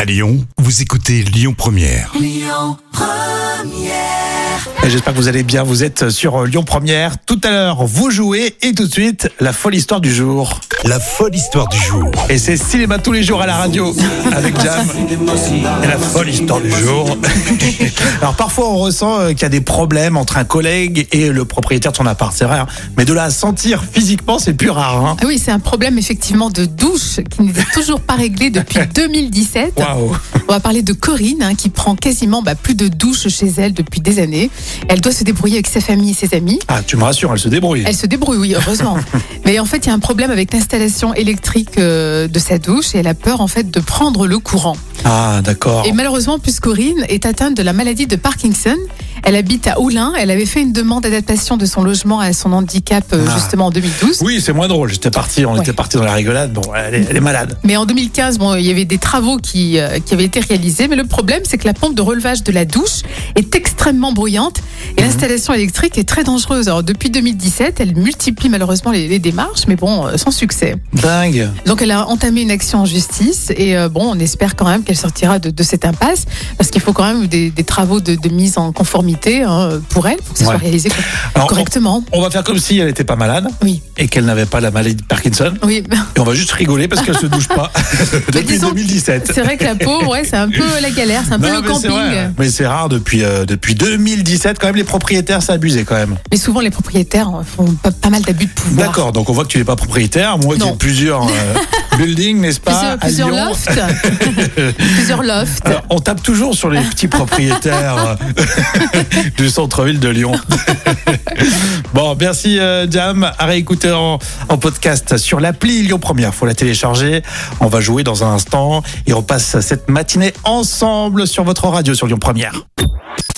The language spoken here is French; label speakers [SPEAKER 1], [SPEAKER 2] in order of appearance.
[SPEAKER 1] À Lyon, vous écoutez Lyon Première.
[SPEAKER 2] Et J'espère que vous allez bien. Vous êtes sur euh, Lyon Première. Tout à l'heure, vous jouez et tout de suite la folle histoire du jour.
[SPEAKER 1] La folle histoire du jour.
[SPEAKER 2] Et c'est cinéma tous les jours à la radio avec Jam. Et la folle histoire du jour. Alors parfois on ressent euh, qu'il y a des problèmes entre un collègue et le propriétaire de son appart, c'est vrai. hein. Mais de la sentir physiquement, c'est plus rare. hein.
[SPEAKER 3] Ah oui, c'est un problème effectivement de douche qui n'est toujours pas réglé depuis 2017.
[SPEAKER 2] Waouh.
[SPEAKER 3] On va parler de Corinne hein, qui prend quasiment bah, plus de douche chez elle depuis des années. Elle doit se débrouiller avec sa famille et ses amis.
[SPEAKER 2] Ah, tu me rassures, elle se débrouille.
[SPEAKER 3] Elle se débrouille, oui, heureusement. Mais en fait, il y a un problème avec l'installation électrique euh, de sa douche et elle a peur en fait de prendre le courant.
[SPEAKER 2] Ah, d'accord.
[SPEAKER 3] Et malheureusement, plus Corinne est atteinte de la maladie de Parkinson. Elle habite à Oulin. Elle avait fait une demande d'adaptation de son logement à son handicap euh,
[SPEAKER 2] Ah.
[SPEAKER 3] justement en 2012.
[SPEAKER 2] Oui, c'est moins drôle. J'étais parti, on
[SPEAKER 3] Ouais.
[SPEAKER 2] était parti dans la rigolade. Bon, elle est, elle est malade.
[SPEAKER 3] Mais en 2015, bon, il y avait des travaux qui, euh, qui avaient été réalisés. Mais le problème, c'est que la pompe de relevage de la douche est extrêmement bruyante
[SPEAKER 2] Mhm.
[SPEAKER 3] et l'installation électrique est très dangereuse. Alors, depuis 2017, elle multiplie malheureusement les, les démarches, mais bon, euh, sans succès.
[SPEAKER 2] Dingue.
[SPEAKER 3] Donc, elle a entamé une action en justice et euh, bon, on espère quand même qu'elle sortira de, de cette impasse parce qu'il faut quand même des, des travaux de, de mise en conformité hein, pour elle, pour que ce
[SPEAKER 2] Ouais.
[SPEAKER 3] soit réalisé co-
[SPEAKER 2] Alors,
[SPEAKER 3] correctement.
[SPEAKER 2] On va faire comme si elle n'était pas malade
[SPEAKER 3] Oui,
[SPEAKER 2] et qu'elle n'avait pas la maladie de Parkinson.
[SPEAKER 3] oui.
[SPEAKER 2] Et on va juste rigoler parce qu'elle se douche pas depuis
[SPEAKER 3] disons-
[SPEAKER 2] 2017.
[SPEAKER 3] C'est vrai que la pauvre, ouais, c'est un peu la galère, c'est un peu
[SPEAKER 2] Non,
[SPEAKER 3] le
[SPEAKER 2] mais c'est
[SPEAKER 3] camping.
[SPEAKER 2] vrai. Mais c'est rare depuis, euh, depuis 2017. Quand même, les propriétaires s'abusaient quand même.
[SPEAKER 3] Mais souvent, les propriétaires euh, font pas, pas mal d'abus de pouvoir.
[SPEAKER 2] D'accord, donc on voit que tu n'es pas propriétaire. Moi qui
[SPEAKER 3] Non.
[SPEAKER 2] ai plusieurs euh, buildings, n'est-ce pas
[SPEAKER 3] Plusieurs, plusieurs
[SPEAKER 2] à Lyon.
[SPEAKER 3] lofts. plusieurs lofts.
[SPEAKER 2] Alors, on tape toujours sur les petits propriétaires euh, du centre-ville de Lyon. bon, merci euh, Jam. À réécouter en, en podcast sur l'appli Lyon Première. Faut la télécharger. On va jouer dans un instant et on passe cette matinée ensemble sur votre radio sur Lyon Première.